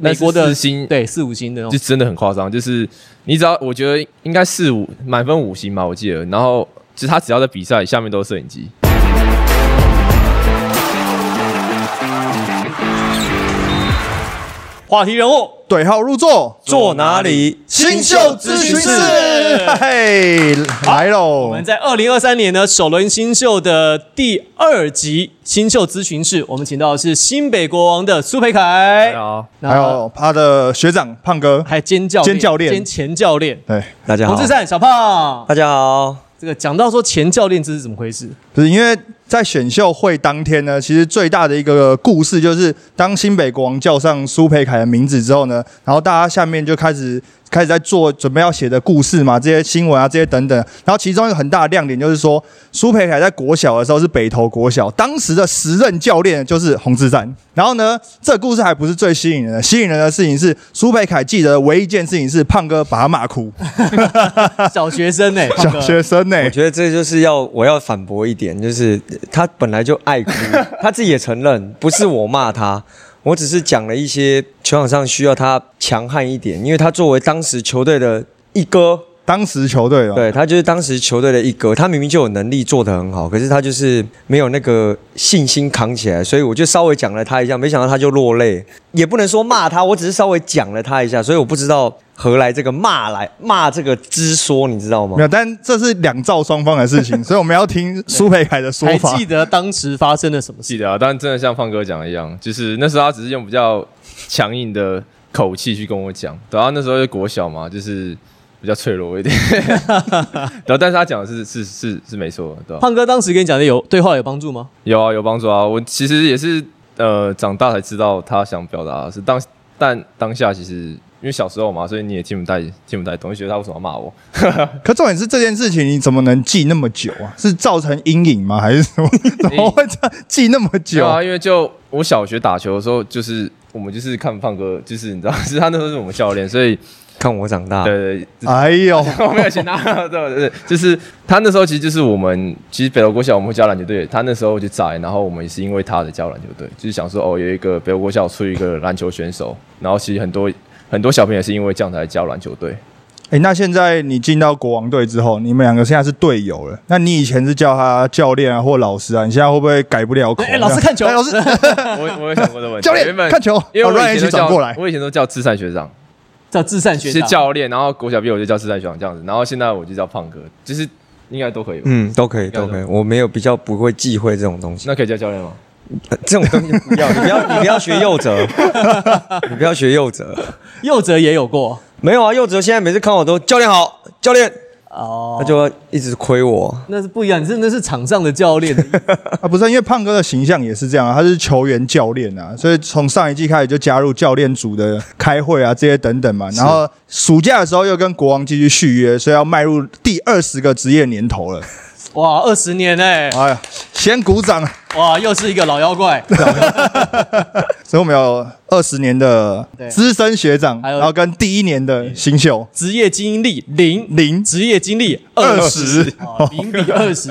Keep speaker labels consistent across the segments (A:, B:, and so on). A: 美国的
B: 四星
A: 对四五星的那
B: 就
A: 种，
B: 真的很夸张，就是你只要我觉得应该四五满分五星吧，我记得。然后就是他只要在比赛，下面都是摄影机。
A: 话题人物
C: 对号入座，
A: 坐哪里？
C: 新秀咨询室，嘿，来喽！
A: 我们在二零二三年呢，首轮新秀的第二集新秀咨询室，我们请到的是新北国王的苏培凯，
B: 好，
A: 然
C: 还
A: 后
C: 有他的学长胖哥，
A: 还有尖教
C: 兼教练
A: 兼前教练
C: 对，
D: 大家好，
A: 洪志善小胖。
D: 大家好，
A: 这个讲到说前教练这是怎么回事？
C: 就是因为在选秀会当天呢，其实最大的一个故事就是，当新北国王叫上苏培凯的名字之后呢，然后大家下面就开始开始在做准备要写的故事嘛，这些新闻啊，这些等等。然后其中一个很大的亮点就是说，苏培凯在国小的时候是北投国小，当时的时任教练就是洪志善。然后呢，这个故事还不是最吸引人的，吸引人的事情是苏培凯记得唯一一件事情是胖哥把他骂哭，
A: 小学生哎、胖哥
C: 小学生呢、
D: 我觉得这就是要我要反驳一点，就是他本来就 爱哭，他自己也承认，不是我骂他，我只是讲了一些球场上需要他强悍一点，因为他作为当时球队的一哥，
C: 当时球队了，
D: 对他就是当时球队的一哥，他明明就有能力做得很好，可是他就是没有那个信心扛起来，所以我就稍微讲了他一下，没想到他就落泪，也不能说骂他，我只是稍微讲了他一下，所以我不知道何来这个骂来骂这个之说，你知道吗
C: 没？有，但这是两造双方的事情，所以我们 要听苏培凯的说
A: 还
C: 法
A: 记。得当时发生了什么事？
B: 记得啊，但真的像胖哥讲的一样，就是那时候他只是用比较强硬的口气去跟我讲，然后那时候就国小嘛，就是比较脆弱一点。然后但是他讲的是是是是没错的，对吧、啊
A: 胖哥当时跟你讲的有对话有帮助吗？
B: 有啊，有帮助啊。我其实也是呃，长大才知道他想表达的是当，但当下其实因为小时候嘛，所以你也听不太听不太懂，就觉得他为什么要骂我？
C: 可重点是这件事情你怎么能记那么久啊？是造成阴影吗？还是什么？ 怎么会这样记那么久
B: 有？啊，因为就我小学打球的时候，就是我们就是看胖哥，就是你知道，是他那时候是我们教练，所以
D: 看我长大，
B: 对对
A: 啊
B: 对。
C: 哎呦，
B: 我没有嫌他，对对对，就是他那时候其实就是我们，其实北投国小我们会教篮球队，他那时候就在，然后我们也是因为他的教篮球队，就是想说哦，有一个北投国小出一个篮球选手，然后其实很多很多小朋友也是因为这样才教篮球队，
C: 哎，那现在你进到国王队之后，你们两个现在是队友了。那你以前是叫他教练啊或老师啊，你现在会不会改不了口？
A: 哎老师看球
C: 哎老师
B: 我我有想过这个问题。
C: 教练
B: 原本
C: 看球
B: 因为
C: 哦
B: 我
C: 让人
B: 以
C: 一
B: 前
C: 起
B: 都叫
C: 转过来
B: 我以前都叫志善学长，
A: 叫至善学
B: 是
A: 长。
B: 教练，然后国小毕业我就叫志善学长这样子，然后现在我就叫胖哥，就是应该都可以吧？
D: 嗯，都可以，
B: 该
D: 都
B: 都
D: 可以。我没有比较不会忌讳这种东西，
B: 那可以叫教练吗？
D: 呃这种东西不 要，你不要，你不要学佑 哲，你不要学佑哲。
A: 佑哲也有过
D: 没有啊，佑哲现在每次看我都教练好，教练，
A: 哦，
D: 他就要一直亏我。
A: 那是不一样，你真的是场上的教 练。
C: 啊，不是，因为胖哥的形象也是这样啊，他是球员教练啊，所以从上一季开始就加入教练组的开会啊，这些等等嘛。然后暑假的时候又跟国王继续续约，所以要迈入第二十个职业年头了。
A: 哇，二十年哎、
C: 哎呀，先鼓掌！啊
A: 哇，又是一个老妖 怪。
C: 所以我们有二十年的
A: 对
C: 资深学长，
A: 还有
C: 然后跟第一年的新秀
A: 职业经历零，
C: 零
A: 职业经历
C: 二
A: 二十，
C: 十。
A: 哦零比二 十。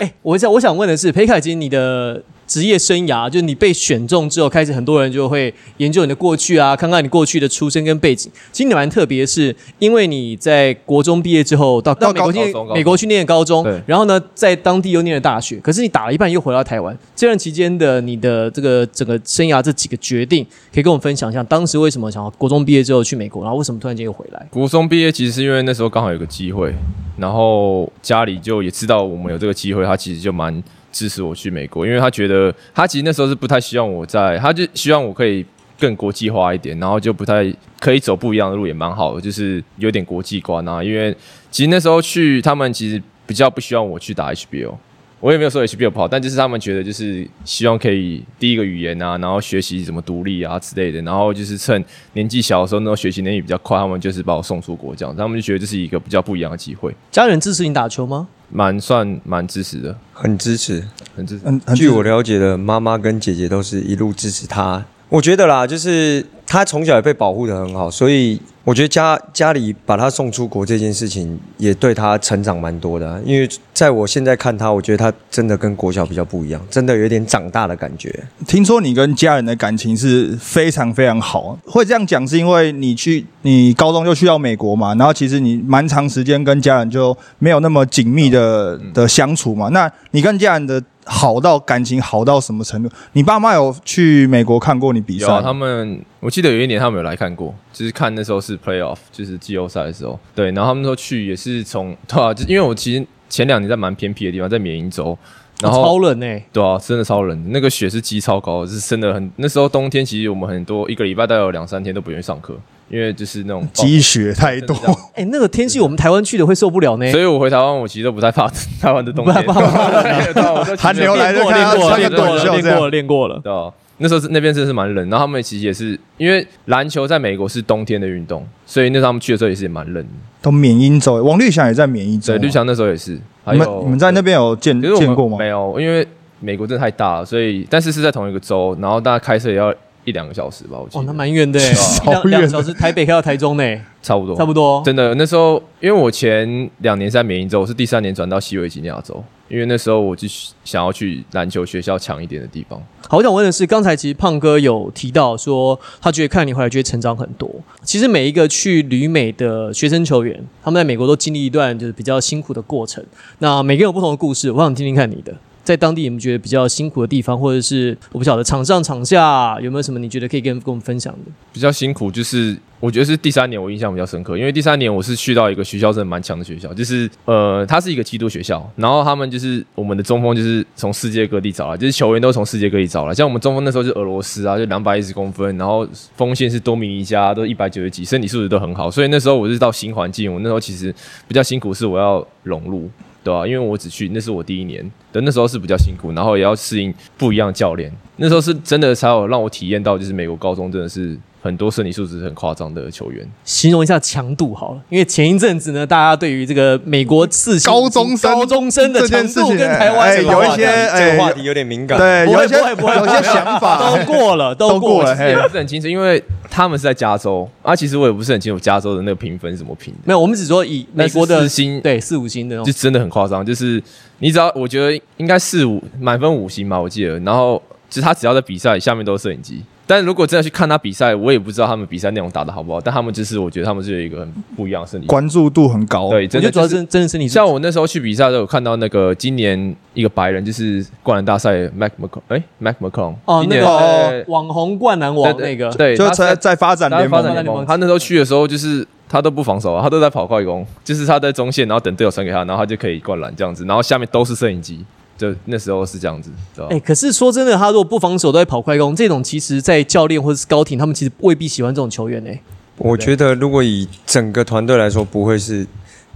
A: 哎，我想我想问的是，裴凯金，你的职业生涯，就是你被选中之后，开始很多人就会研究你的过去啊，看看你过去的出身跟背景。其实你蛮特别，是因为你在国中毕业之后，到
C: 到
A: 美国
C: 高
A: 去念
B: 高中高中
A: 美国去念高中
B: 对，
A: 然后呢，在当地又念了大学。可是你打了一半又回到台湾，这段期间的你的这个整个生涯这几个决定，可以跟我们分享一下，当时为什么想要国中毕业之后去美国，然后为什么突然间又回来？
B: 国中毕业其实是因为那时候刚好有个机会，然后家里就也知道我们有这个机会，他其实就蛮支持我去美国，因为他觉得他其实那时候是不太希望我在，他就希望我可以更国际化一点，然后就不太可以走不一样的路，也蛮好的，就是有点国际观啊。因为其实那时候去他们其实比较不希望我去打 HBO。我也没有说 HBO 不好，但就是他们觉得就是希望可以第一个语言啊，然后学习怎么独立啊之类的，然后就是趁年纪小的时候，那时候学习能力比较快，他们就是把我送出国这样子，他们就觉得这是一个比较不一样的机会，
A: 家人支持你打球吗？
B: 蛮算蛮支持的，
D: 很支持。
B: 很支持。
C: 嗯，很
D: 据我了解的，妈妈跟姐姐都是一路支持他。我觉得啦，就是他从小也被保护的很好，所以我觉得家家里把他送出国这件事情，也对他成长蛮多的啊、因为在我现在看他，我觉得他真的跟国小比较不一样，真的有点长大的感觉。
C: 听说你跟家人的感情是非常非常好，会这样讲是因为你去你高中就去到美国嘛，然后其实你蛮长时间跟家人就没有那么紧密
B: 嗯
C: 的的相处嘛。那你跟家人的好到感情好到什么程度？你爸妈有去美国看过你比赛
B: 有啊，
C: 吗？
B: 他们我记得有一年他们有来看过，就是看那时候是 playoff，就是季后赛的时候。对，然后他们说去也是从对啊，就因为我其实前两年在蛮偏僻的地方，在缅因州，然后
A: 超冷哎、
B: 对啊，真的超冷的，那个雪是积超高的，是真的很。那时候冬天，其实我们很多一个礼拜大概有两三天都不愿意上课，因为就是那种
C: 积雪太
B: 哦
C: 多，
A: 哎、那个天气我们台湾去的会受不了呢、
B: 所以我回台湾，我其实都不太怕 台湾的冬
A: 不
B: 天。
A: 怕不怕
B: 对啊我都其实
C: 寒流来
A: 练
C: 就
A: 过
C: 看
A: 练
C: 他
A: 过了练过
C: 穿个短
A: 了
C: 袖
A: 练
C: 这
A: 过了
C: 样。
A: 练过了，
B: 对啊，那时候是那边真的是蛮冷，然后他们其实也是因为篮球在美国是冬天的运动，所以那时候他们去的时候也是也蛮冷的。
C: 都缅因州，王绿翔也在缅因州
B: 对，
C: 嘛。
B: 绿翔那时候也是。还
C: 你们
B: 有
C: 你们在那边有见
B: 其实我们
C: 见过吗？
B: 没有，因为美国真的太大了，所以但是是在同一个州，然后大家开车也要一两个小时吧，我记
A: 哦，
B: 得。
A: 那蛮远的、欸， 一
C: 超
A: 两
C: 远
A: 两
C: 的
A: 个小时台北开到台中呢、
B: 差不多，
A: 差不多。
B: 真的，那时候因为我前两年是在缅因州，我是第三年转到西维吉尼亚州，因为那时候我就想要去篮球学校强一点的地方。
A: 好，我想问的是，刚才其实胖哥有提到说，他觉得看你回来觉得成长很多。其实每一个去旅美的学生球员，他们在美国都经历一段就是比较辛苦的过程。那每个人有不同的故事，我想听听看你的。在当地你们觉得比较辛苦的地方，或者是我不晓得场上场下有没有什么你觉得可以跟跟我们分享的？
B: 比较辛苦，就是我觉得是第三年我印象比较深刻，因为第三年我是去到一个学校真的蛮强的学校，就是呃，它是一个基督学校，然后他们就是我们的中锋就是从世界各地找来，就是球员都从世界各地找来，像我们中锋那时候是俄罗斯啊，就两百一十公分，然后锋线是多米尼加，都一百九十几，身体素质都很好，所以那时候我是到新环境，我那时候其实呃比较辛苦是我要融入。对啊，因为我只去那是我第一年，对，那时候是比较辛苦，然后也要适应不一样的教练。那时候是真的才有让我体验到，就是美国高中真的是很多身体素质很夸张的球员。
A: 形容一下强度好了，因为前一阵子呢，大家对于这个美国四星
C: 高中生
A: 高中生的
C: 这件
A: 强
C: 事
A: 度
C: 情
A: 跟台湾
C: 哎
A: 是
D: 这
A: 吧
D: 个
C: 有一
D: 话题
C: 些哎
D: 这个话题有点敏感。
C: 对，
A: 不
C: 有
A: 会
C: 一些
A: 不会不会
C: 有一
A: 不
C: 些
A: 会
C: 想法
A: 都过了，都
C: 都过
A: 过
C: 了，
A: 了。
B: 也
C: 嘿，
B: 不是很清楚，因为他们是在加州啊，其实我也不是很清楚加州的那个评分是怎么评的，
A: 没有，我们只说以美国的
B: 但是四星
A: 对四五星的那
B: 就
A: 种，
B: 真的很夸张。就是你只要我觉得应该四五满分五星吧，我记得。然后就是他只要在比赛下面都是摄影机，但如果真的去看他比赛，我也不知道他们比赛内容打的好不好，但他们就是我觉得他们是有一个很不一样的身体素质。
C: 关注度很高。
B: 对，
A: 我
B: 真
A: 觉
B: 的
A: 得主要
B: 就是
A: 真的身体素质
B: 像我那时候去比赛的时候，有看到那个今年一个白人，就是灌篮大赛 Mac McCon，哎、m a c McCon，
A: 哦
B: 今年
A: 那
C: 个
B: 呃
A: 网红灌篮王那个，
B: 对，
C: 就
B: 他
C: 在在发展
B: 他在
C: 联
B: 发
C: 盟
B: 展联
A: 联
B: 盟，
A: 盟
B: 他那时候去的时候就是。他都不防守啊，他都在跑快攻，就是他在中线，然后等队友传给他，然后他就可以灌篮这样子，然后下面都是摄影机，就那时候是这样子，对吧？
A: 哎、可是说真的，他如果不防守都在跑快攻，这种其实，在教练或者是高庭，他们其实未必喜欢这种球员呢、欸
D: 我觉得如果以整个团队来说，不会是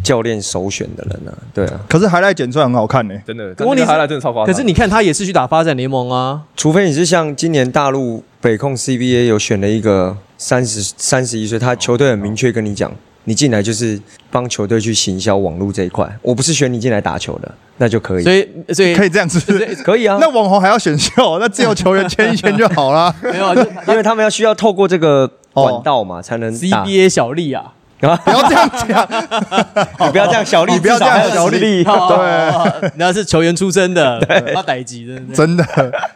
D: 教练首选的人啊。对啊，
C: 可是海带剪出来很好看呢、
B: 真的，
A: 可问题是
B: 他那个 highlight 真的超夸张。
A: 可是你看，他也是去打发展联盟啊，
D: 除非你是像今年大陆北控 CBA 有选了一个三十三十一岁，他球队很明确跟你讲，你进来就是帮球队去行销网络这一块，我不是选你进来打球的，那就可以
A: 所。以所以
C: 可以这样子。
D: 可以啊，
C: 那网红还要选秀， 那自由球员签一签就好啦。
A: 没有啊就
D: 因为他们要需要透过这个管道嘛，才能打。
A: CBA 小丽啊，
D: 啊，
C: 不要这样讲，
D: 哦你不要这样，小丽，
C: 你不要这样小丽
D: 丽
A: 哦对，那是球员出身的，他逮级的。对
C: 真的。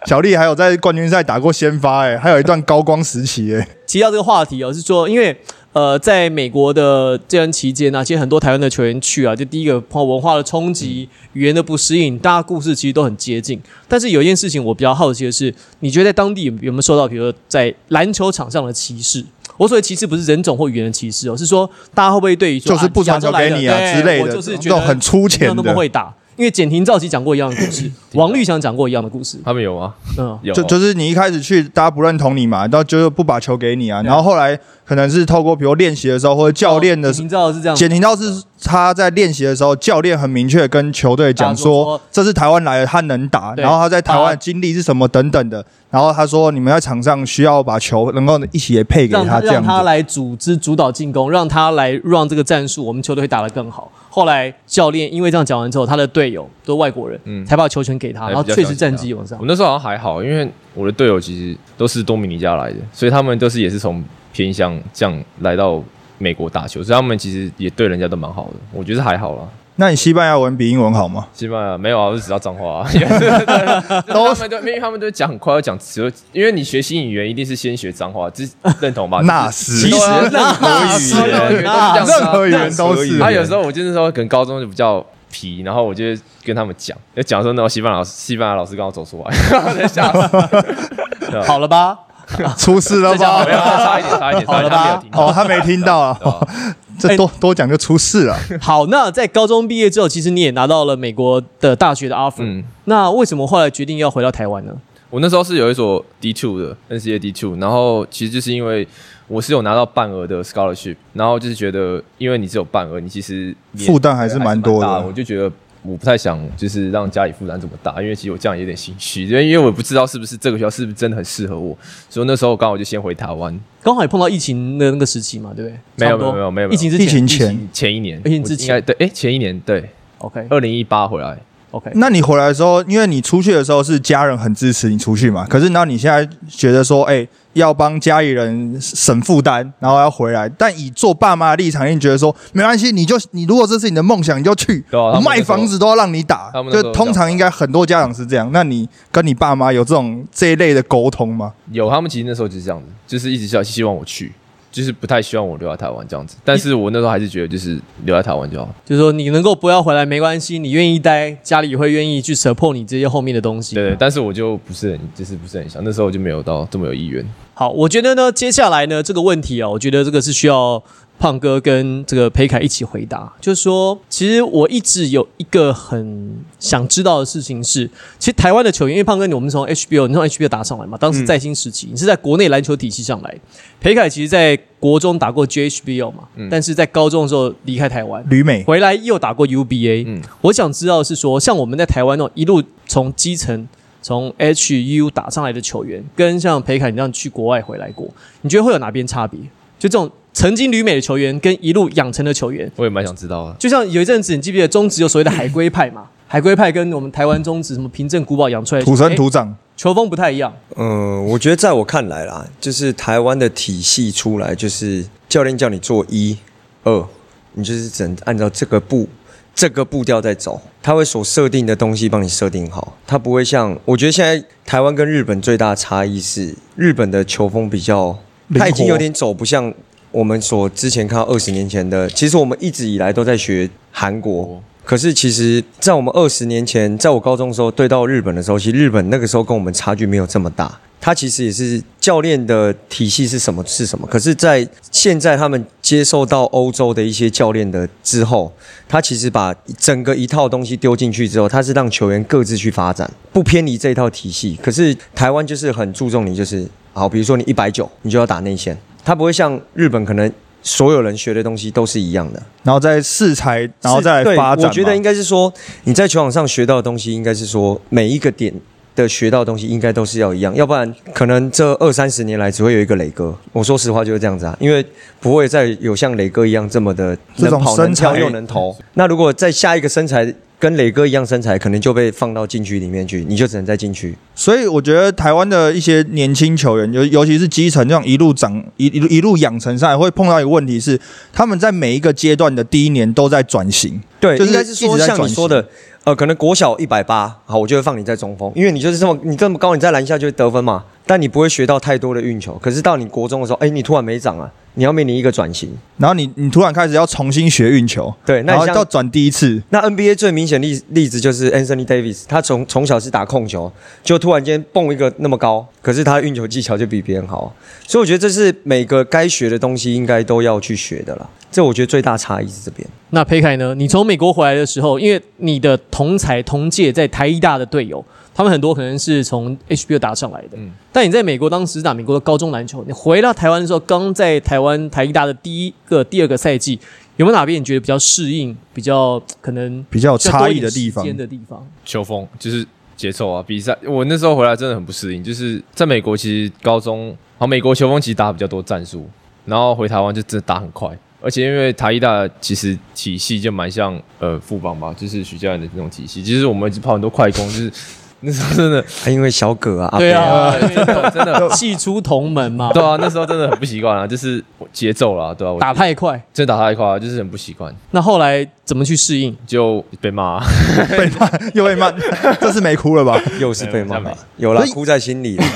C: 小丽还有在冠军赛打过先发、哎，还有一段高光时期、哎，
A: 提到这个话题哦，是说因为。呃，在美国的这段期间呢、啊其实很多台湾的球员去啊，就第一个碰到文化的冲击、
C: 嗯
A: 语言的不适应，大家故事其实都很接近。但是有一件事情我比较好奇的是，你觉得在当地有有没有受到，比如说在篮球场上的歧视？我所谓歧视不是人种或语言的歧视哦，是说大家会不会对于说
C: 就是不
A: 亚
C: 传
A: 洲
C: 球
A: 来
C: 给
A: 的
C: 你啊
A: 对
C: 之类的，
A: 我就是觉
C: 那
A: 得
C: 种很粗
A: 没有
C: 浅
A: 那么
C: 的，啊
A: 会打。因为简廷照其实讲过一样的故 事，王绿翔讲过一样的故事，
B: 他们有吗？
A: 嗯，
B: 有，啊
C: 就就是你一开始去，大家不认同你嘛，然后就不把球给你啊，然后后来可能是透过比如练习的时候或者教练的时
A: 哦简
C: 候
A: 廷照是这样，
C: 简廷道是他在练习的时候，教练很明确跟球队讲说，这是台湾来的，他能打，
A: 对
C: 然后他在台湾的经历是什么等等的，然后他说你们在场上需要把球能够一起也配给
A: 让
C: 他这样
A: 让他
C: 子。
A: 来组织主导进攻，让他来让这个战术，我们球队会打得更好。后来教练因为这样讲完之后，他的队友都是外国人，
B: 嗯
A: 才把球权给他，
B: 还
A: 然后
B: 比较
A: 确实
B: 相信
A: 战
B: 他
A: 绩往上
B: 我。那时候好像还好，因为我的队友其实都是多米尼加来的，所以他们都是也是从偏乡这样来到美国打球，所以他们其实也对人家都蛮好的，我觉得还好啦。
C: 那你西班牙文比英文好吗？
B: 西班牙没有啊，我只知道脏话、啊，对对都他们都因为他们都讲很快，要讲词，因为你学新语言一定是先学脏话，这认同吧？
C: 那是，
D: 其实任何
B: 其实
D: 语
B: 任何语
D: 言，
B: 言都啊是这样子啊
C: 任何语言都是。
A: 哎
B: 他有时候我就是说，可能高中就比较皮，然后我就跟他们讲，就讲说那种西班牙老师，西班牙老师刚好走出来，我在吓死。
A: 好了吧？
C: 出 事了
B: 没有
C: 吧？
B: 差一点，差一点，差
A: 好
B: 一
A: 了
B: 点，
A: 吧
B: 他没有听到。
C: 哦，他没听 到啊，
A: 哎
C: 哦这多多讲就出事了。
A: 好，那在高中毕业之后，其实你也拿到了美国的大学的 offer，、
B: 嗯，
A: 那为什么后来决定要回到台湾呢？
B: 我那时候是有一所 D two 的 NCAA D two，然后其实就是因为我是有拿到半额的 scholarship，然后就是觉得因为你只有半额，你其实也
C: 负担还是蛮多的
B: 大我就觉得。我不太想就是让家里负担这么大，因为其实我这样有点心虚，因为因为我不知道是不是这个学校是不是真的很适合我，所以那时候我刚好就先回台湾，
A: 刚好也碰到疫情的那个时期嘛，对不对？
B: 没有
A: 差不多
B: 没有没有没有
A: 疫情之
C: 疫情
B: 疫
C: 前，
B: 情前一年，
A: 疫情之
B: 我
A: 前
B: 应该对，哎、前一年对，
A: ，OK
B: 二零一八回来，
A: OK，
C: 那你回来的时候，因为你出去的时候是家人很支持你出去嘛，可是然后你现在觉得说，哎、要帮家里人省负担，然后要回来，但以做爸妈的立场，你觉得说没关系，你就你如果这是你的梦想，你就去，
B: 对啊他们那
C: 卖
B: 时候
C: 房子都要让你打
B: 他，们那时
C: 就
B: 候
C: 通常应该很多家长是这样。那你跟你爸妈有这种这一类的沟通吗？
B: 有，他们其实那时候就是这样子，就是一直希希望我去，就是不太希望我留在台湾这样子。但是我那时候还是觉得，就是留在台湾就好。
A: 就是说你能够不要回来没关系，你愿意待，家里会愿意去 support 你这些后面的东西。
B: 对对，但是我就不是很，就是不是很想，那时候我就没有到这么有意愿。
A: 好，我觉得呢，接下来呢这个问题啊，我觉得这个是需要胖哥跟这个裴凯一起回答。就是说，其实我一直有一个很想知道的事情是，其实台湾的球员，因为胖哥你我们从 HBO 你从 HBO 打上来嘛，当时在新时期，你是在国内篮球体系上来。裴凯其实在国中打过 JHBO 嘛，但是在高中的时候离开台湾。
C: 旅美，
A: 回来又打过 UBA，
B: 嗯
A: 我想知道的是说，像我们在台湾那种一路从基层从 HU 打上来的球员，跟像裴凯你这样去国外回来过，你觉得会有哪边差别？就这种曾经旅美的球员跟一路养成的球员，
B: 我也蛮想知道的。啊
A: 就像有一阵子你记不记得中职有所谓的海归派嘛？海归派跟我们台湾中职什么平镇古堡养出来的
C: 土生
A: 哎
C: 土长，
A: 球风不太一样，
D: 嗯，我觉得在我看来啦，就是台湾的体系出来，就是教练叫你做一、二，你就是只能按照这个步这个步调在走，他会所设定的东西帮你设定好，他不会像我觉得现在台湾跟日本最大的差异是，日本的球风比较，
C: 灵活
D: 他已经有点走不像我们所之前看到二十年前的，其实我们一直以来都在学韩国。可是，其实，在我们二十年前，在我高中的时候对到日本的时候，其实日本那个时候跟我们差距没有这么大。他其实也是教练的体系是什么是什么。可是，在现在他们接受到欧洲的一些教练的之后，他其实把整个一套东西丢进去之后，他是让球员各自去发展，不偏离这一套体系。可是台湾就是很注重你，就是好，比如说你一百九，你就要打内线，他不会像日本可能所有人学的东西都是一样的。
C: 然后再适才，然后再来
D: 对
C: 发展嘛。
D: 我觉得应该是说，你在球场上学到的东西，应该是说每一个点的学到的东西，应该都是要一样，要不然可能这二三十年来只会有一个磊哥。我说实话就是这样子啊，因为不会再有像磊哥一样这么的
C: 这
D: 能
C: 种
D: 跑
C: 身
D: 能跳
C: 材
D: 又能投。那如果再下一个身材跟磊哥一样身材，可能就被放到禁区里面去，你就只能在禁区。
C: 所以我觉得台湾的一些年轻球员，尤尤其是基层这样一路长一一路一路养成上来，会碰到一个问题是，他们在每一个阶段的第一年都在转型。
D: 对，
C: 就是
D: 应该是
C: 一
D: 说
C: 直在
D: 像
C: 转
D: 你
C: 型
D: 说的，呃，可能国小一百八，好，我就会放你在中锋，因为你就是这么你这么高，你在篮下就会得分嘛，但你不会学到太多的运球。可是到你国中的时候，哎，你突然没长了，你要面临一个转型。
C: 然后你你突然开始要重新学运球，
D: 对那
C: 然
D: 你
C: 后
D: 像
C: 到转第一次，
D: 那 NBA 最明显例例子就是 Anthony Davis，他从从小是打控球，就突然间蹦一个那么高，可是他运球技巧就比别人好，所以我觉得这是每个该学的东西应该都要去学的啦。这我觉得最大差异是这边。
A: 那裴凯呢？你从美国回来的时候，因为你的同才同届在台一大的队友，他们很多可能是从 HBO 打上来的。
B: 嗯
A: 但你在美国当时打美国的高中篮球，你回到台湾的时候，刚在台湾台一大的第一个、第二个赛季，有没有哪边你觉得比较适应、比较可能
C: 比较有
A: 比较多
C: 差
A: 一
C: 异
A: 点
C: 的地
A: 时
C: 方
A: 间。的地方？
B: 球风就是节奏啊，比赛我那时候回来真的很不适应，就是在美国其实高中，好美国球风其实打比较多战术，然后回台湾就真的打很快。而且因为台艺大其实体系就蛮像呃富邦吧，就是许教练的那种体系。其实我们一直跑很多快攻，就是 那时候真的，
D: 还因为小葛啊，阿
A: 对
D: 伯
A: 啊， 因为
B: 真的，
A: 气出同门嘛，
B: 对啊，那时候真的很不习惯啊，就是节奏啦，对啊，我
A: 打太快。
B: 真的打太快啊，就是很不习惯，
A: 那后来怎么去适应？
B: 就被骂啊。
C: 被骂又被骂，这次没哭了吧？
D: 又是被骂
B: 没有，
D: 有啦
C: 所，以
D: 哭在心里啦。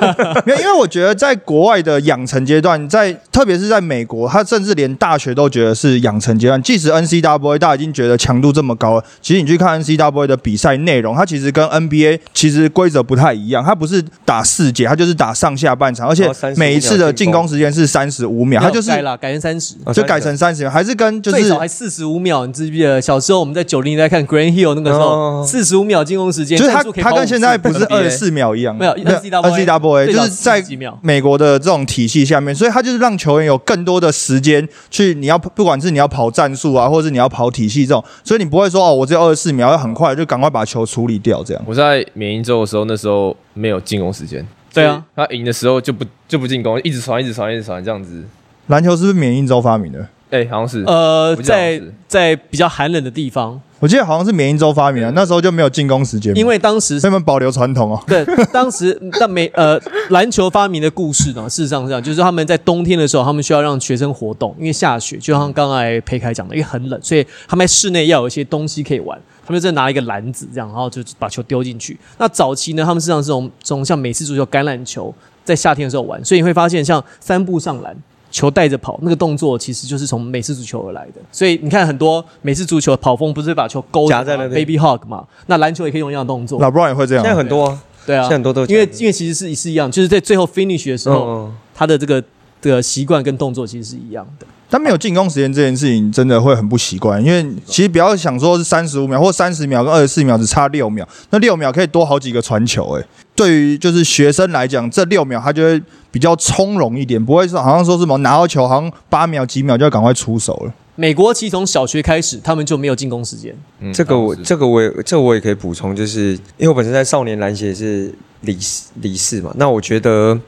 C: 没有，因为我觉得在国外的养成阶段，在特别是在美国，他甚至连大学都觉得是养成阶段。即使 NCAA 大家已经觉得强度这么高了，其实你去看 NCAA 的比赛内容，它其实跟 NBA 其实规则不太一样，它不是打四节，它就是打上下半场，而且
D: 哦35
C: 每一次的进攻时间是三十五秒，它就是
A: 没有改了，改成三十。
D: 哦
C: 就改成三十秒，还是跟就
A: 最
C: 是
A: 少还四十五秒，你记不记得小时候我们在九零年代看 Grand Hill 那个时候，
D: 哦
A: 四十五秒进攻时间，
C: 就是它
A: 战术可以
C: 它
A: 跑
C: 跟现在
A: 50
C: 不是二
B: NBA
C: 十四秒一样，
A: 没有 NCAA
C: NCAA
A: 最
C: 就
A: 少
C: 是在
A: 40几秒
C: 美国的这种体系下面，所以它就是让球员有更多的时间去，你要不管是你要跑战术啊，或者是你要跑体系这种，所以你不会说哦，我只有二十四秒，要很快就赶快把球处理掉这样。
B: 我在缅因州的时候，那时候没有进攻时间，
A: 对啊，
B: 他赢的时候就不就不进攻，一直传，一直传，一直传这样子。
C: 篮球是不是缅因州发明的？
B: 哎、好像是，
A: 呃，
B: 不是老师
A: 在在比较寒冷的地方，
C: 我记得好像是缅因州发明的，那时候就没有进攻时间嘛，
A: 因为当时
C: 所以他们保留传统哦。
A: 对，当时但美呃篮球发明的故事呢，事实上是这样，就是他们在冬天的时候，他们需要让学生活动，因为下雪，就像刚才裴凯讲的，因为很冷，所以他们在室内要有一些东西可以玩。他们就拿一个篮子这样，然后就把球丢进去。那早期呢，他们实际上是从从像美式足球、橄榄球在夏天的时候玩，所以你会发现像三步上篮。球带着跑，那个动作其实就是从美式足球而来的，所以你看很多美式足球跑风不是把球勾着
D: 夹在
A: 嘛
D: 那边
A: ，baby hog 嘛，那篮球也可以用一样的动作。
C: 老布朗也会这样
D: 现在
C: 哦，
D: 很多啊，
A: 对啊，
D: 现在很多都
A: 因为因为其实是是一样，就是在最后 finish 的时
D: 嗯
A: 候，
D: 嗯，
A: 他的这个的习惯跟动作其实是一样的。
C: 但没有进攻时间这件事情真的会很不习惯，因为其实不要想说是三十五秒或三十秒跟二十四秒只差六秒，那六秒可以多好几个传球、欸。对于就是学生来讲，这六秒他就会比较从容一点，不会说好像说什么拿到球好像八秒几秒就要赶快出手了。
A: 美国其实从小学开始，他们就没有进攻时间。
B: 嗯
D: 这个我
B: 好像是
D: 这个我也这个我也可以补充，就是因为我本身在少年篮协是理事理事嘛，那我觉得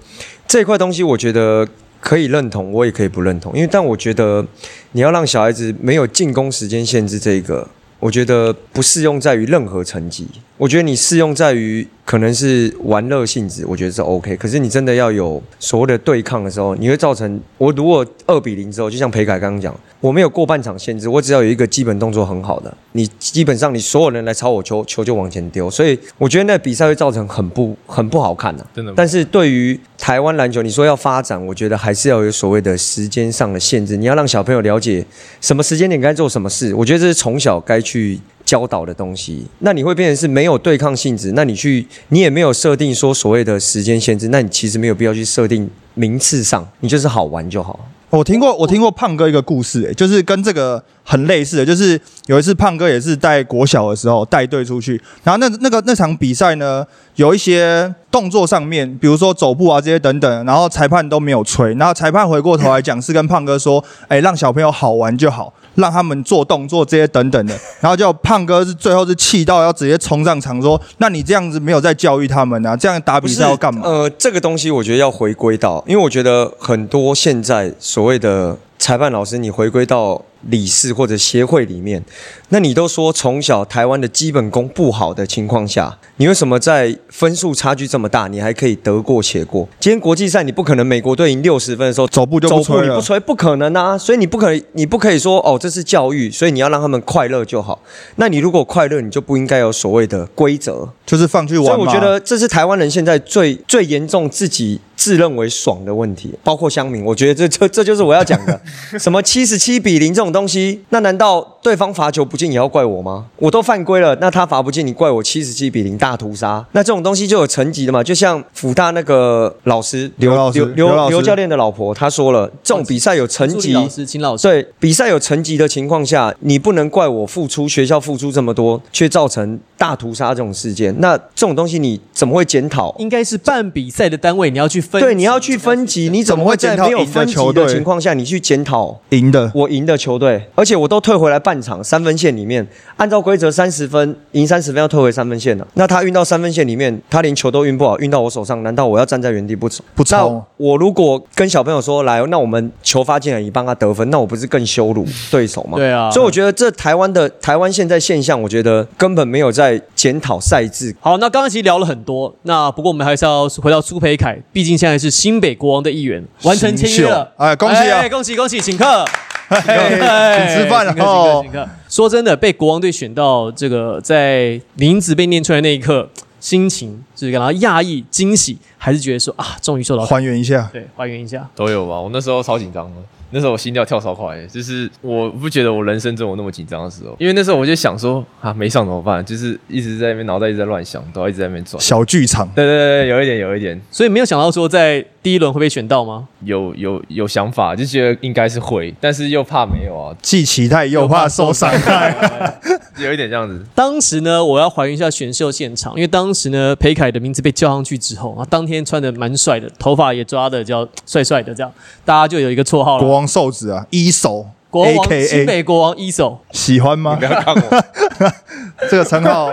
D: 这一块东西，我觉得可以认同，我也可以不认同，因为但我觉得你要让小孩子没有进攻时间限制这个。我觉得不适用在于任何成绩，我觉得你适用在于可能是玩乐性质，我觉得是 OK。可是你真的要有所谓的对抗的时候，你会造成我如果二比零之后，就像裴凯刚刚讲，我没有过半场限制，我只要有一个基本动作很好的，你基本上你所有人来抄我球，球就往前丢。所以我觉得那比赛会造成很不很不好看的、啊
B: 真的
D: 但是对于台湾篮球，你说要发展，我觉得还是要有所谓的时间上的限制。你要让小朋友了解什么时间点该做什么事，我觉得这是从小该去教导的东西。那你会变成是没有对抗性质，那你去你也没有设定说所谓的时间限制，那你其实没有必要去设定名次上，你就是好玩就好。
C: 我听过，我听过胖哥一个故事、欸，就是跟这个很类似的，就是有一次胖哥也是带国小的时候带队出去，然后那那个那场比赛呢，有一些动作上面，比如说走步啊这些等等，然后裁判都没有吹，然后裁判回过头来讲是跟胖哥说，哎、让小朋友好玩就好，让他们做动作这些等等的，然后就胖哥是最后是气到要直接冲上场说，那你这样子没有在教育他们啊，这样打比赛要干嘛？
D: 呃，这个东西我觉得要回归到，因为我觉得很多现在所谓的裁判老师，你回归到理事或者协会里面，那你都说从小台湾的基本功不好的情况下，你为什么在分数差距这么大，你还可以得过且过？今天国际赛你不可能美国队赢六十分的时候
C: 走步就不吹
D: 走步你
C: 了
D: 不吹不可能啊，所以你不可以你不可以说哦这是教育，所以你要让他们快乐就好。那你如果快乐，你就不应该有所谓的规则。
C: 就是放去玩
D: 所
C: 嘛。
D: 以我觉得这是台湾人现在最最严重自己自认为爽的问题，包括乡民。我觉得这这这就是我要讲 的，什么七十七比零这种东西，那难道对方罚球不进也要怪我吗？我都犯规了，那他罚不进，你怪我七十七比零大屠杀？那这种东西就有层级的嘛，就像辅大那个老师
C: 刘老师
D: 刘
C: 刘老
D: 刘
C: 师
D: 刘教练的老婆，她说了，这种比赛有层
A: 助理
D: 级，
A: 老师、秦老师，
D: 对，比赛有成绩的情况下，你不能怪我付出，学校付出这么多，却造成大屠杀这种事件。那这种东西你怎么会检讨？
A: 应该是办比赛的单位，你要去分。
D: 对，你要去分级，你怎么会在没有分
C: 怎么会检讨赢的球
D: 级
C: 队
D: 的情况下，你去检讨
C: 赢的。
D: 我赢的球队？而且我都退回来半半场三分线里面，按照规则三十分赢三十分要退回三分线的、那他运到三分线里面，他连球都运不好，运到我手上，难道我要站在原地不走？
C: 不冲
D: 那我如果跟小朋友说来，那我们球发进来，你帮他得分，那我不是更羞辱对手吗？
A: 对啊
D: 所以我觉得这台湾的台湾现在现象，我觉得根本没有在检讨赛制。
A: 好，那刚刚其实聊了很多，那不过我们还是要回到苏培凯，毕竟现在是新北国王的一员，完成签约了
C: 新秀，哎恭喜啊
A: 恭喜恭喜，哎请客，
C: 哦嘿请吃 饭
A: 哎
C: 了
A: 请客
C: 哦
A: 请客请。客。说真的，被国王队选到这个，在名字被念出来那一刻，心情是感到讶异、惊喜，还是觉得说啊，终于受到
C: 还原一下，
A: 对还原一下，
B: 都有吧。我那时候超紧张的，那时候我心跳跳超快的，就是我不觉得我人生中有那么紧张的时候，因为那时候我就想说啊，没上怎么办？就是一直在那边脑袋一直在乱想，都要一直在那边转。
C: 小剧场。
B: 对对对，对有一点，有一点，
A: 所以没有想到说在第一轮会被选到吗？
B: 有有有想法，就觉得应该是会，但是又怕没有啊，
C: 既期待又怕受伤害，
B: 有一点这样子。
A: 当时呢，我要还原一下选秀现场，因为当时呢，裴凯的名字被叫上去之后，啊，当天穿的蛮帅的，头发也抓的叫帅帅的，这样大家就有一个绰号
C: 国
A: 了。
C: 王瘦子啊，一手
A: 国
C: A
A: 王，新
C: K A，
A: 北国王一手，
C: 喜欢吗
B: 不？要看我，
C: 这个称号，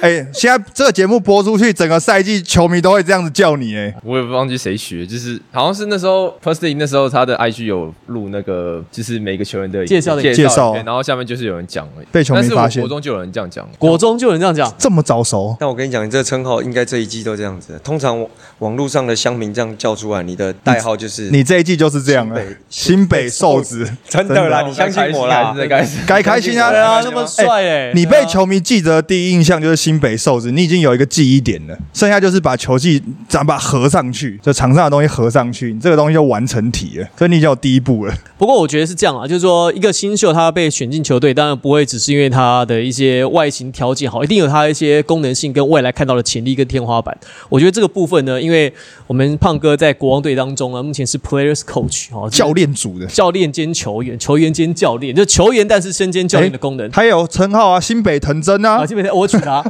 C: 哎，现在这个节目播出去，整个赛季球迷都会这样子叫你，哎，
B: 我也不忘记谁取的，就是好像是那时候 p e r s t y 那时候他的 IG 有录那个，就是每个球员的
A: 介绍的
C: 介绍
B: 影片然后下面就是有人讲了，
C: 被球迷
B: 但是
C: 发现
B: 我国中就有人这样讲了，
A: 国中就有人这样讲，
C: 这么早熟，
D: 但我跟你讲，你这个称号应该这一季都这样子。通常网网络上的乡民这样叫出来，你的代号就是
C: 你这一季就是这样了，新
D: 新
C: 北
D: 北
C: 瘦子，啊
D: 真的
C: 哦
D: 啦，你
B: 该
D: 相
B: 开
D: 信
B: 心
D: 我
B: 还
D: 啦
B: 是。在开心。
C: 该开心啊！
D: 对啊
A: 那么帅哎、
C: 你被球迷记得的第一印象就是新北瘦子，你已经有一个记忆点了，剩下就是把球技咱把它合上去，就场上的东西合上去，你这个东西就完成体了，所以你已经有第一步了。
A: 不过我觉得是这样啊，就是说一个新秀他被选进球队，当然不会只是因为他的一些外形条件好，一定有他一些功能性跟未来看到的潜力跟天花板。我觉得这个部分呢，因为我们胖哥在国王队当中啊，目前是 Players Coach 哦，就是
C: 教练组的
A: 教练兼球员，球员兼教练，就球员但是身兼教练的功能。
C: 他也哦有称号啊，新北藤真啊
A: 啊，，基本上我取 他。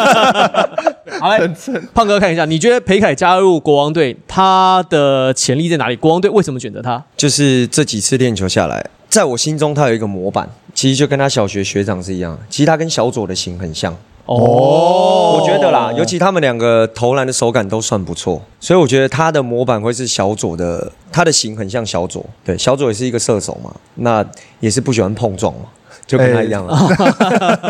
A: 好嘞，胖哥看一下，你觉得裴凯加入国王队，他的潜力在哪里？国王队为什么选择他？
D: 就是这几次练球下来，在我心中他有一个模板，其实就跟他小学学长是一样的。其实他跟小左的型很像，
A: 哦
D: 我觉得啦，尤其他们两个投篮的手感都算不错，所以我觉得他的模板会是小左的，他的型很像小左。对，小左也是一个射手嘛，那也是不喜欢碰撞嘛，就跟他一样了。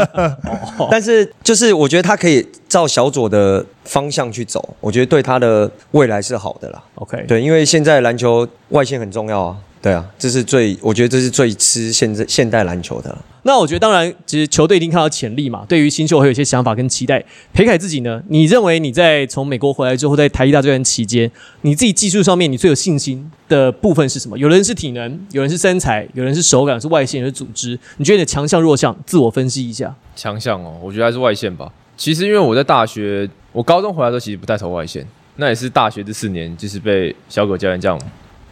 D: 但是就是我觉得他可以照小左的方向去走，我觉得对他的未来是好的啦。
A: OK，
D: 对，因为现在篮球外线很重要啊。对啊，这是最，我觉得这是最吃现在现代篮球的啦。啊
A: 那我觉得，当然，其实球队已经看到潜力嘛，对于新秀会有一些想法跟期待。裴凯自己呢，你认为你在从美国回来之后，在台艺大这段期间，你自己技术上面你最有信心的部分是什么？有人是体能，有人是身材，有人是手感，有人是外线，有人是组织。你觉得你的强项弱项，自我分析一下。
B: 强项哦，我觉得还是外线吧。其实因为我在大学，我高中回来的时候其实不太投外线，那也是大学这四年就是被小狗教练这样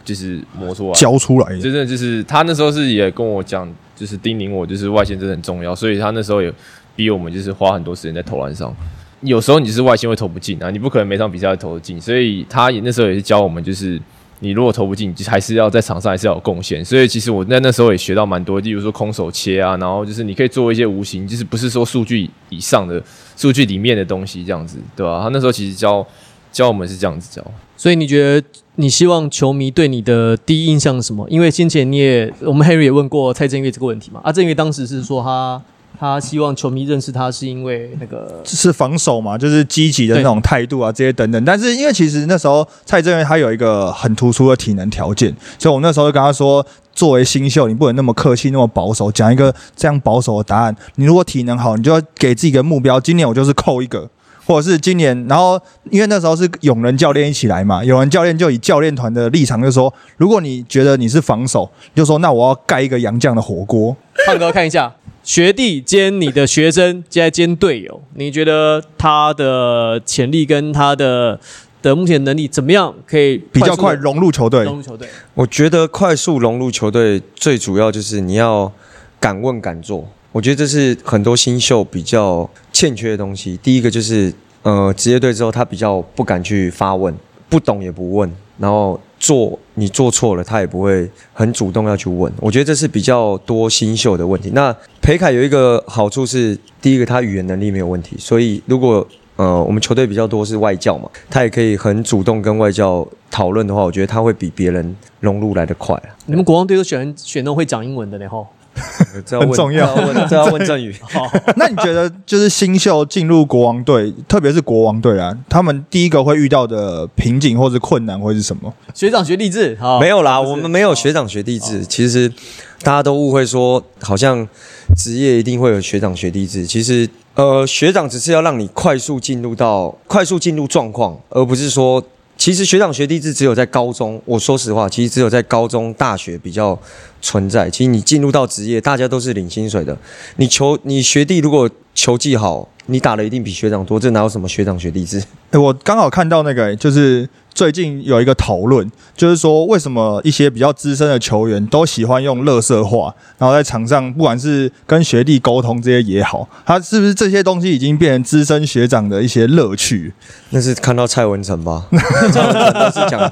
B: 就是磨出来。
C: 教出来的。
B: 真的就是他那时候是也跟我讲，就是叮咛我，就是外线真的很重要，所以他那时候也逼我们就是花很多时间在投篮上。有时候你是外线会投不进啊，你不可能每场比赛都投得进，所以他也那时候也是教我们，就是你如果投不进，你就还是要在场上还是要有贡献。所以其实我在那时候也学到蛮多，例如说空手切啊，然后就是你可以做一些无形，就是不是说数据以上的数据里面的东西这样子，对吧、他那时候其实教教我们是这样子教。
A: 所以你觉得你希望球迷对你的第一印象是什么？因为先前你也，呃我们 Harry 也问过蔡正月这个问题嘛。啊，正月当时是说他他希望球迷认识他是因为那个
C: 是防守嘛，就是积极的那种态度啊，这些等等。但是因为其实那时候蔡正元他有一个很突出的体能条件，所以我那时候就跟他说，作为新秀，你不能那么客气，那么保守，讲一个这样保守的答案。你如果体能好，你就要给自己一个目标，今年我就是扣一个。或者是今年，然后因为那时候是永仁教练一起来嘛，永仁教练就以教练团的立场就说，如果你觉得你是防守，你就说那我要盖一个洋将的火锅，
A: 胖哥看一下，学弟兼你的学生，再兼队友，你觉得他的潜力跟他的的目前能力怎么样？可以
C: 比较快
A: 快速
C: 融入球队
A: 地。融入球队。
D: 我觉得快速融入球队最主要就是你要敢问敢做，我觉得这是很多新秀比较欠缺的东西。第一个就是呃，职业队之后他比较不敢去发问，不懂也不问，然后做你做错了，他也不会很主动要去问。我觉得这是比较多新秀的问题。那裴凯有一个好处是，第一个他语言能力没有问题，所以如果呃我们球队比较多是外教嘛，他也可以很主动跟外教讨论的话，我觉得他会比别人融入来的快 啊。
A: 你们国王队都喜欢选那种会讲英文的呢，吼。
D: 这要问
C: 很重要
D: 这要问这要问郑宇。
C: 那你觉得就是新秀进入国王队，特别是国王队啊，他们第一个会遇到的瓶颈或者困难会是什么？
A: 学长学励志，好，
D: 没有啦，
A: 哦不是哦
D: 我们没有学长学弟制。其实大家都误会说，好像职业一定会有学长学弟制。其实，呃，学长只是要让你快速进入到快速进入状况，而不是说，其实学长学弟制只有在高中。我说实话，其实只有在高中、大学比较存在。其实你进入到职业，大家都是领薪水的。你球，你学弟如果球技好，你打的一定比学长多，这哪有什么学长学弟制？
C: 哎、我刚好看到那个、就是最近有一个讨论，就是说为什么一些比较资深的球员都喜欢用乐色话，然后在场上不管是跟学弟沟通这些也好，他是不是这些东西已经变成资深学长的一些乐趣？
D: 那是看到蔡文成吧？蔡文成都是讲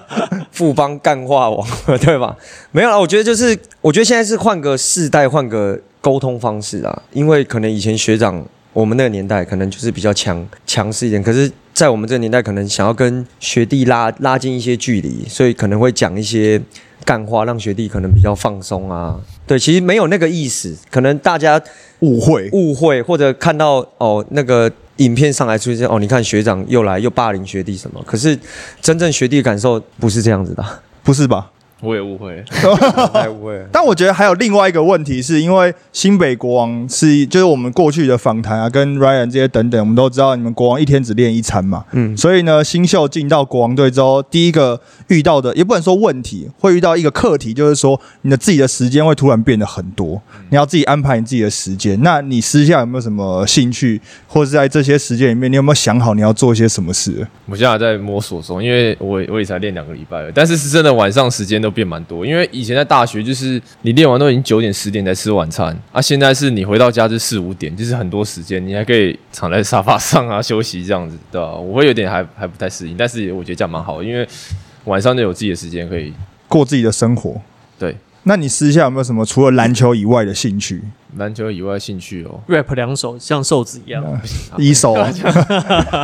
D: 富邦干话王，对吧？没有啦，我觉得就是，我觉得现在是换个世代，换个沟通方式啊。因为可能以前学长，我们那个年代可能就是比较强强势一点，可是，在我们这个年代，可能想要跟学弟拉拉近一些距离，所以可能会讲一些干话，让学弟可能比较放松啊。对，其实没有那个意思，可能大家
C: 误会，
D: 误会，或者看到哦那个影片上来出现哦，你看学长又来又霸凌学弟什么，可是真正学弟的感受不是这样 子的，
C: 不是吧？
B: 我也误会，
D: 太哎误会了。
C: 但我觉得还有另外一个问题，是因为新北国王是就是我们过去的访谈啊，跟 Ryan 这些等等，我们都知道你们国王一天只练一餐嘛，嗯，所以呢，新秀进到国王队之后，第一个遇到的也不能说问题，会遇到一个课题，就是说你的自己的时间会突然变得很多，你要自己安排你自己的时间。那你私下有没有什么兴趣，或者在这些时间里面，你有没有想好你要做些什么事？
B: 我现在还在摸索中，因为我我也才练两个礼拜而已，但是是真的晚上时间都变蛮多，因为以前在大学就是你练完都已经九点十点才吃晚餐，啊，现在是你回到家就四五点，就是很多时间你还可以躺在沙发上啊休息这样子，对吧、我会有点还还不太适应，但是我觉得这样蛮好的，因为晚上就有自己的时间可以
C: 过自己的生活？
B: 对
C: 那你私下有没有什么除了篮球以外的兴趣？
B: 篮球以外兴趣哦。
A: rap 两首，像瘦子一样。
C: 啊一 手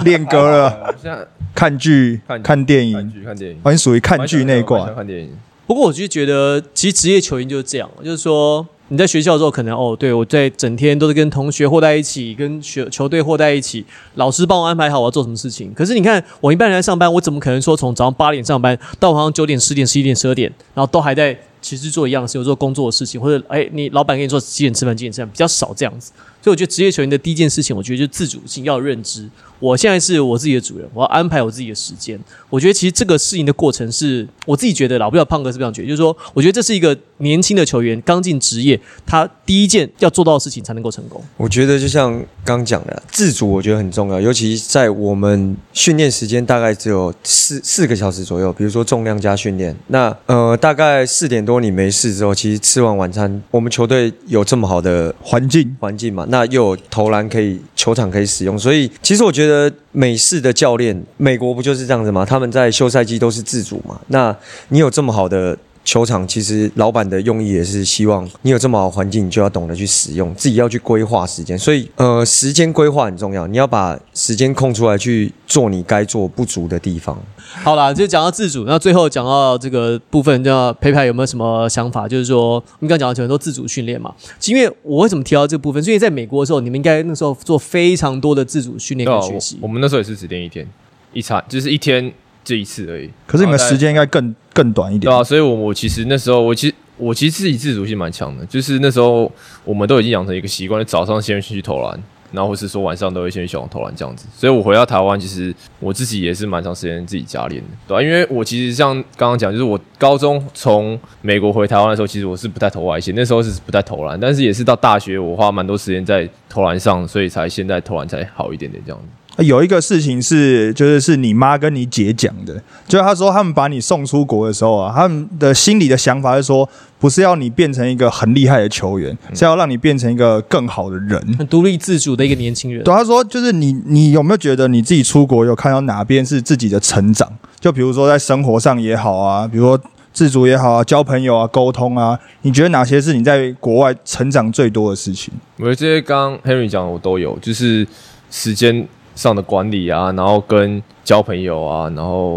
C: 练歌了。
B: 我现在
C: 看剧
B: 看、剧
C: 看电
B: 看
C: 影，
B: 剧看电影，
C: 完全属于看剧那
B: 蛮
C: 一
B: 喜欢
C: 挂。
B: 看电影。
A: 不过我就觉得，其实职业球员就是这样，就是说你在学校的时候，可能哦，对我在整天都是跟同学和在一起，跟学球队和在一起，老师帮我安排好我要做什么事情。可是你看，我一般人在上班，我怎么可能说从早上八点上班到晚上九点、十点、十一点、十二点，然后都还在其实做一样的事情，做工作的事情，或者哎，你老板跟你说几点吃饭，几点吃饭，比较少这样子。所以我觉得职业球员的第一件事情，我觉得就是自主性要有认知。我现在是我自己的主人，我要安排我自己的时间。我觉得其实这个适应的过程是我自己觉得啦，我不知道胖哥是不是这样觉得，就是说，我觉得这是一个年轻的球员刚进职业，他第一件要做到的事情才能够成功。
D: 我觉得就像刚讲的，自主我觉得很重要，尤其在我们训练时间大概只有四四个小时左右，比如说重量加训练。那呃，大概四点多你没事之后，其实吃完晚餐，我们球队有这么好的
C: 环境
D: 环境嘛，那又有投篮可以，球场可以使用，所以其实我觉得美式的教练，美国不就是这样子嘛？他们在休赛季都是自主嘛。那你有这么好的球场，其实老板的用意也是希望你有这么好的环境，你就要懂得去使用，自己要去规划时间。所以呃，时间规划很重要，你要把时间空出来去做你该做不足的地方。
A: 好啦，就讲到自主，那最后讲到这个部分，叫裴牌有没有什么想法？就是说，你刚刚讲到很多自主训练嘛，因为我为什么提到这个部分，是因为在美国的时候，你们应该那时候做非常多的自主训练
B: 对啊
A: 跟
B: 我
A: 学习
B: 我。们那时候也是只练一天，一餐就是一天这一次而已。
C: 可是你们
B: 然后在
C: 时间应该更更短一
B: 对
C: 点。
B: 啊，所以我我其实那时候我其实我其实自己自主性蛮强的，就是那时候我们都已经养成一个习惯，就早上先去投篮，然后或是说晚上都会先去小红投篮这样子。所以我回到台湾，其实我自己也是蛮长时间自己家练的，对啊吧、因为我其实像刚刚讲，就是我高中从美国回台湾的时候，其实我是不太投外线，那时候是不太投篮，但是也是到大学我花蛮多时间在投篮上，所以才现在投篮才好一点点这样子。
C: 啊有一个事情是，就是是你妈跟你姐讲的，就是她说他们把你送出国的时候啊，他们的心里的想法是说，不是要你变成一个很厉害的球员，
B: 嗯
C: 是要让你变成一个更好的人。
A: 很独立自主的一个年轻人。
B: 啊
C: 对，他说就是你，你有没有觉得你自己出国有看到哪边是自己的成长？就比如说在生活上也好啊，比如说自主也好啊，交朋友啊，沟通啊，你觉得哪些是你在国外成长最多的事情？
B: 我觉得这些刚刚 Henry 讲的我都有，就是时间上的管理啊，然后跟交朋友啊，然后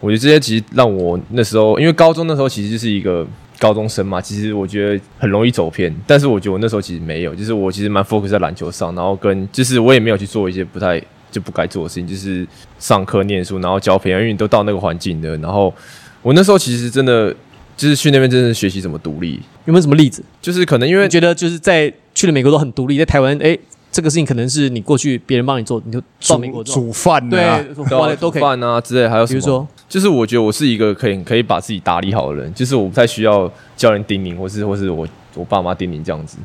B: 我觉得这些其实让我那时候，因为高中那时候其实就是一个高中生嘛，其实我觉得很容易走偏，但是我觉得我那时候其实没有，就是我其实蛮 focus 在篮球上，然后跟就是我也没有去做一些不太就不该做的事情，就是上课念书，然后交朋友，因为你都到那个环境的，然后我那时候其实真的就是去那边真的学习怎么独立，
A: 有没有什么例子？
B: 就是可能因为
A: 你觉得就是在去了美国都很独立，在台湾，哎，这个事情可能是你过去别人帮你做，你就到美国做，
C: 煮饭
A: 对
C: 啊，，
A: 花的都可以。
B: 饭啊之类，还有什
A: 比如
B: 么？
A: 说，
B: 就是我觉得我是一个可以可以把自己打理好的人，就是我不太需要叫人叮咛，或是或是我我爸妈叮咛这样子。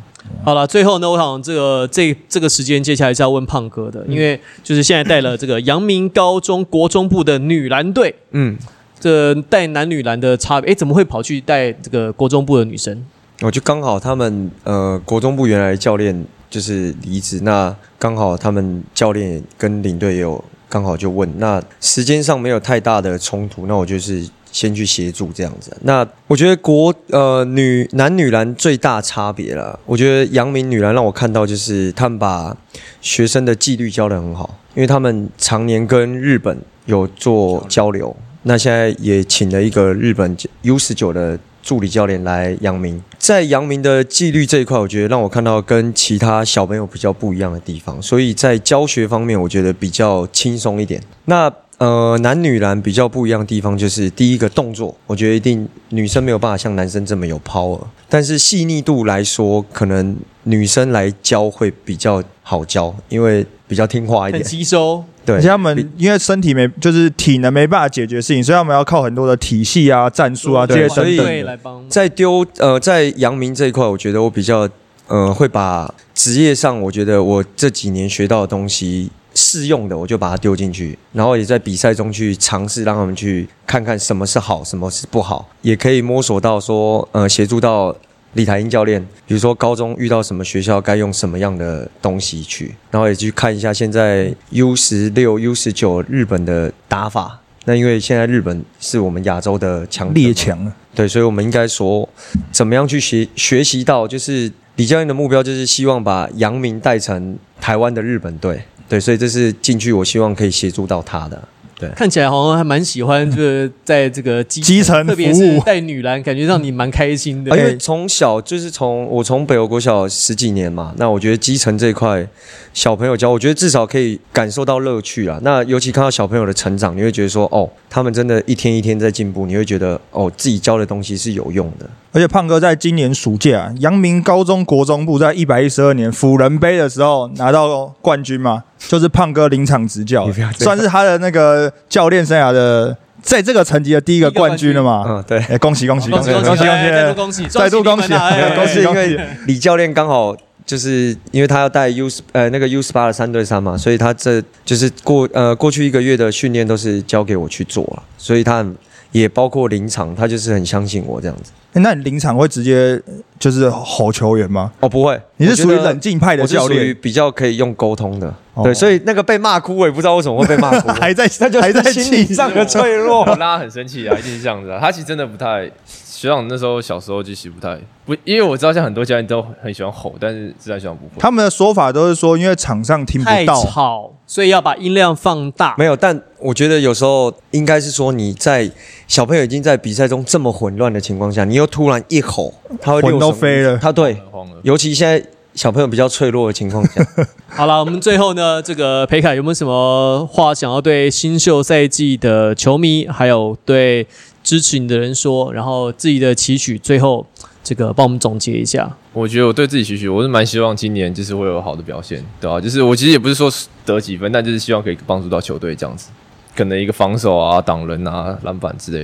A: 好了，最后呢，我想这个这这个时间接下来是要问胖哥的，因为就是现在带了这个阳明高中国中部的女篮队，
D: 嗯，
A: 这带男女篮的差别，哎，怎么会跑去带这个国中部的女生？
D: 我就刚好他们呃国中部原来的教练就是离职，那刚好他们教练跟领队也有刚好就问，那时间上没有太大的冲突，那我就是先去协助这样子。啊那我觉得国呃女男女篮最大差别了，我觉得阳明女篮让我看到就是他们把学生的纪律教得很好，因为他们常年跟日本有做交流，那现在也请了一个日本 U 十九的助理教练来阳明，在阳明的纪律这一块，我觉得让我看到跟其他小朋友比较不一样的地方，所以在教学方面，我觉得比较轻松一点。那呃，男女篮比较不一样的地方就是第一个动作，我觉得一定女生没有办法像男生这么有 power，但是细腻度来说，可能女生来教会比较好教，因为比较听话一
A: 很
D: 点。
A: 吸收，
D: 对，
C: 而且他们因为身体没，就是体能没办法解决事情，所以他们要靠很多的体系啊、战术啊这些
D: 对
C: 等
D: 所以
C: 等
A: 对
C: 的。
A: 来帮。
D: 在丢呃，在阳明这一块，我觉得我比较呃会把职业上我觉得我这几年学到的东西适用的，我就把它丢进去，然后也在比赛中去尝试，让他们去看看什么是好，什么是不好，也可以摸索到说呃协助到。李台英教练，比如说高中遇到什么学校该用什么样的东西去，然后也去看一下现在 U 十六、U 十九日本的打法。那因为现在日本是我们亚洲的强
C: 列
D: 烈
C: 强啊，
D: 对，所以我们应该说，怎么样去学学习到，就是李教练的目标就是希望把阳明带成台湾的日本队。对，所以这是进去，我希望可以协助到他的。
A: 看起来好像还蛮喜欢，就是在这个基
C: 基层
A: 特别
C: 服
A: 是
C: 务哎
A: 带女篮，感觉让你蛮开心的。
D: 啊因为从小就是从我从北欧国小十几年嘛，那我觉得基层这一块小朋友教，我觉得至少可以感受到乐趣啊。那尤其看到小朋友的成长，你会觉得说，哦，他们真的一天一天在进步，你会觉得哦，自己教的东西是有用的。
C: 而且胖哥在今年暑假，阳明高中国中部在一百一十二年辅仁杯的时候拿到冠军嘛，就是胖哥临场执教
D: 你不要，这样
C: 算是他的那个教练生涯的在这个层级的第一个冠军了嘛。
D: 嗯，对。
C: 哎，恭喜恭喜
A: 恭喜
C: 恭
A: 恭
C: 喜
A: 喜
C: 恭喜！
A: 哎再度
C: 恭
A: 恭喜，
C: 再度
A: 恭
C: 恭
A: 喜你
C: 喜
A: 们啊！哎
D: 恭
C: 恭
D: 喜
C: 喜
D: 因为李教练刚好就是因为他要带 U 呃那个 U 十八的三对三嘛，所以他这就是过呃过去一个月的训练都是交给我去做了，所以他很也包括临场，他就是很相信我这样子。
C: 哎那你临场会直接就是吼球员吗？
D: 哦，不会，
C: 你是
D: 我觉
C: 属于
D: 得
C: 冷静派的
D: 我是
C: 教
D: 属于
C: 练，
D: 比较可以用沟通的，
C: 哦
D: 对，所以那个被骂哭，我也不知道为什么会被骂哭，
C: 还在
D: 那就是
C: 还在
D: 心理
C: 气
D: 上的脆弱
B: 我。拉很生气啊，一定是这样子啊。他其实真的不太，学长那时候小时候就其实不太不，因为我知道像很多教练都很喜欢吼，但是自然学长不会。
C: 他们的说法都是说，因为场上听
A: 太
C: 不到，
A: 吵，所以要把音量放大。
D: 没有，但我觉得有时候应该是说你在小朋友已经在比赛中这么混乱的情况下，你又突然一吼，他会
C: 魂
D: 六
C: 都
D: 神无
C: 飞
D: 主
C: 了
D: 他对，
B: 慌了
D: 尤其现在小朋友比较脆弱的情况 下，
A: 好了，我们最后呢，这个裴凯有没有什么话想要对新秀赛季的球迷，还有对支持你的人说？然后自己的期许，最后这个帮我们总结一下。
B: 我觉得我对自己许许，我是蛮希望今年就是会有好的表现，对吧、就是我其实也不是说得几分，但就是希望可以帮助到球队这样子，可能一个防守啊、挡人啊、篮板之类。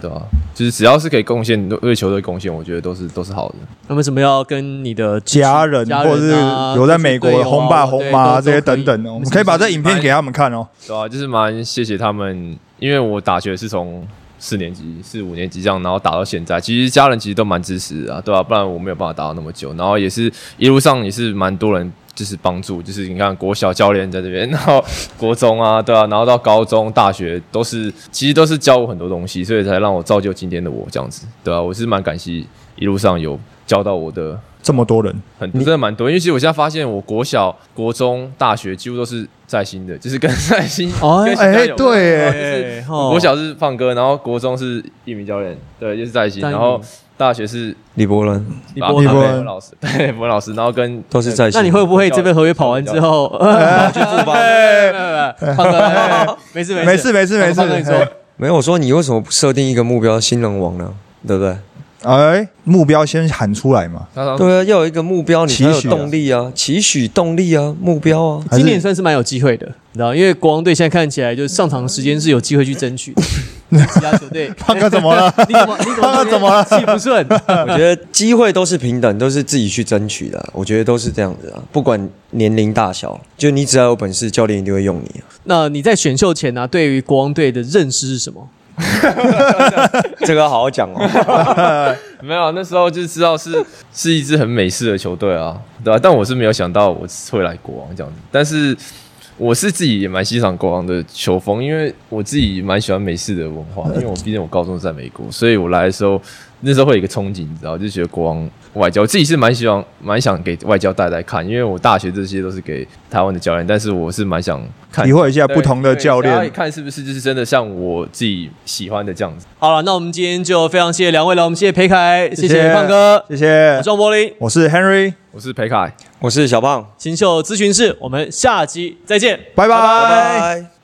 B: 对吧、就是只要是可以贡献为球队贡献，我觉得都是都是好的。
A: 有没有什么要跟你的支持
C: 家人
A: 家
C: 或者是
A: 啊
C: 有在美国
A: 队友
C: 的
A: 啊
C: 红爸
A: 对
C: 红妈
A: 都
C: 这些
A: 都可以
C: 等等的，我们可以把这影片给他们看哦。
B: 对啊，就是蛮谢谢他们，因为我打学是从四年级、四五年级这样，然后打到现在，其实家人其实都蛮支持的啊，对吧、不然我没有办法打到那么久。然后也是一路上也是蛮多人就是帮助，就是你看国小教练在这边，然 后国中啊，对啊，然后到高中、大学都是其实都是教我很多东西，所以才让我造就今天的我这样子，对啊，我是蛮感谢一路上有教到我的
C: 这么多人，
B: 很真的蛮多，因为其实我现在发现，我国小、国中、大学几乎都是在新的，就是跟 在新
A: 哦
B: 跟新
C: 哎
B: 加油
C: 对耶
B: 就是
A: 哎哦
B: 我国小是放歌，然后国中是一名教练，对，就是在新，
A: 在新
B: 然后大学是
D: 李伯伦
A: 李
B: 啊
A: 波
C: 李
B: 对
C: 伯
A: 伦。
C: 伦
B: 伯老师， 对，伯伦老师，然后跟
D: 都是在线。
A: 那你会不会这份合约跑完之后，
D: 去住吧？
A: 胖哥哎，没事
C: 没事没事没事
A: 胖哥你说
C: 哎
D: 没有，我说你为什么不设定一个目标新人王呢？对不对？
C: 哎，目标先喊出来嘛。
B: 他他
D: 对啊，要有一个目标，你才有
C: 期许啊
D: 动力啊，期许动力啊，目 标啊。
C: 还是
A: 今年算是蛮有机会的，你知道，因为国王队现在看起来就是上场时间是有机会去争取的， 其他球队。
C: 胖哥怎么了？
A: 你怎么 你怎么
C: 怎么了
A: 气不顺？
D: 我觉得机会都是平等，都是自己去争取的啊、我觉得都是这样子啊，不管年龄大小，就你只要有本事，教练一定会用你、啊。
A: 那你在选秀前呢、对于国王队的认识是什么？
D: 这个要好好讲哦。
B: 没有，啊那时候就知道是 是一支很美式的球队啊，对吧、但我是没有想到我会来国王这样子，但是我是自己也蛮欣赏国王的球风，因为我自己蛮喜欢美式的文化， 因为我毕竟我高中是在美国，所以我来的时候那时候会有一个憧憬，你知道，就觉得国王外交，我自己是蛮喜欢蛮想给外交带来看，因为我大学这些都是给台湾的教练，但是我是蛮想看
C: 体会一下
B: 对
C: 不同的
B: 对
C: 教
B: 想要
C: 练。
B: 看是不是就是真的像我自己喜欢的这样子。
A: 好了，那我们今天就非常谢谢两位了，我们谢谢裴凯，谢
C: 谢
A: 谢胖哥，
C: 谢谢
A: 我。是王柏林，
C: 我是 Henry，
B: 我是裴凯。
D: 我是小胖，
A: 新秀咨询室，我们下集再见。
C: 拜
D: 拜
C: 拜。
D: 拜。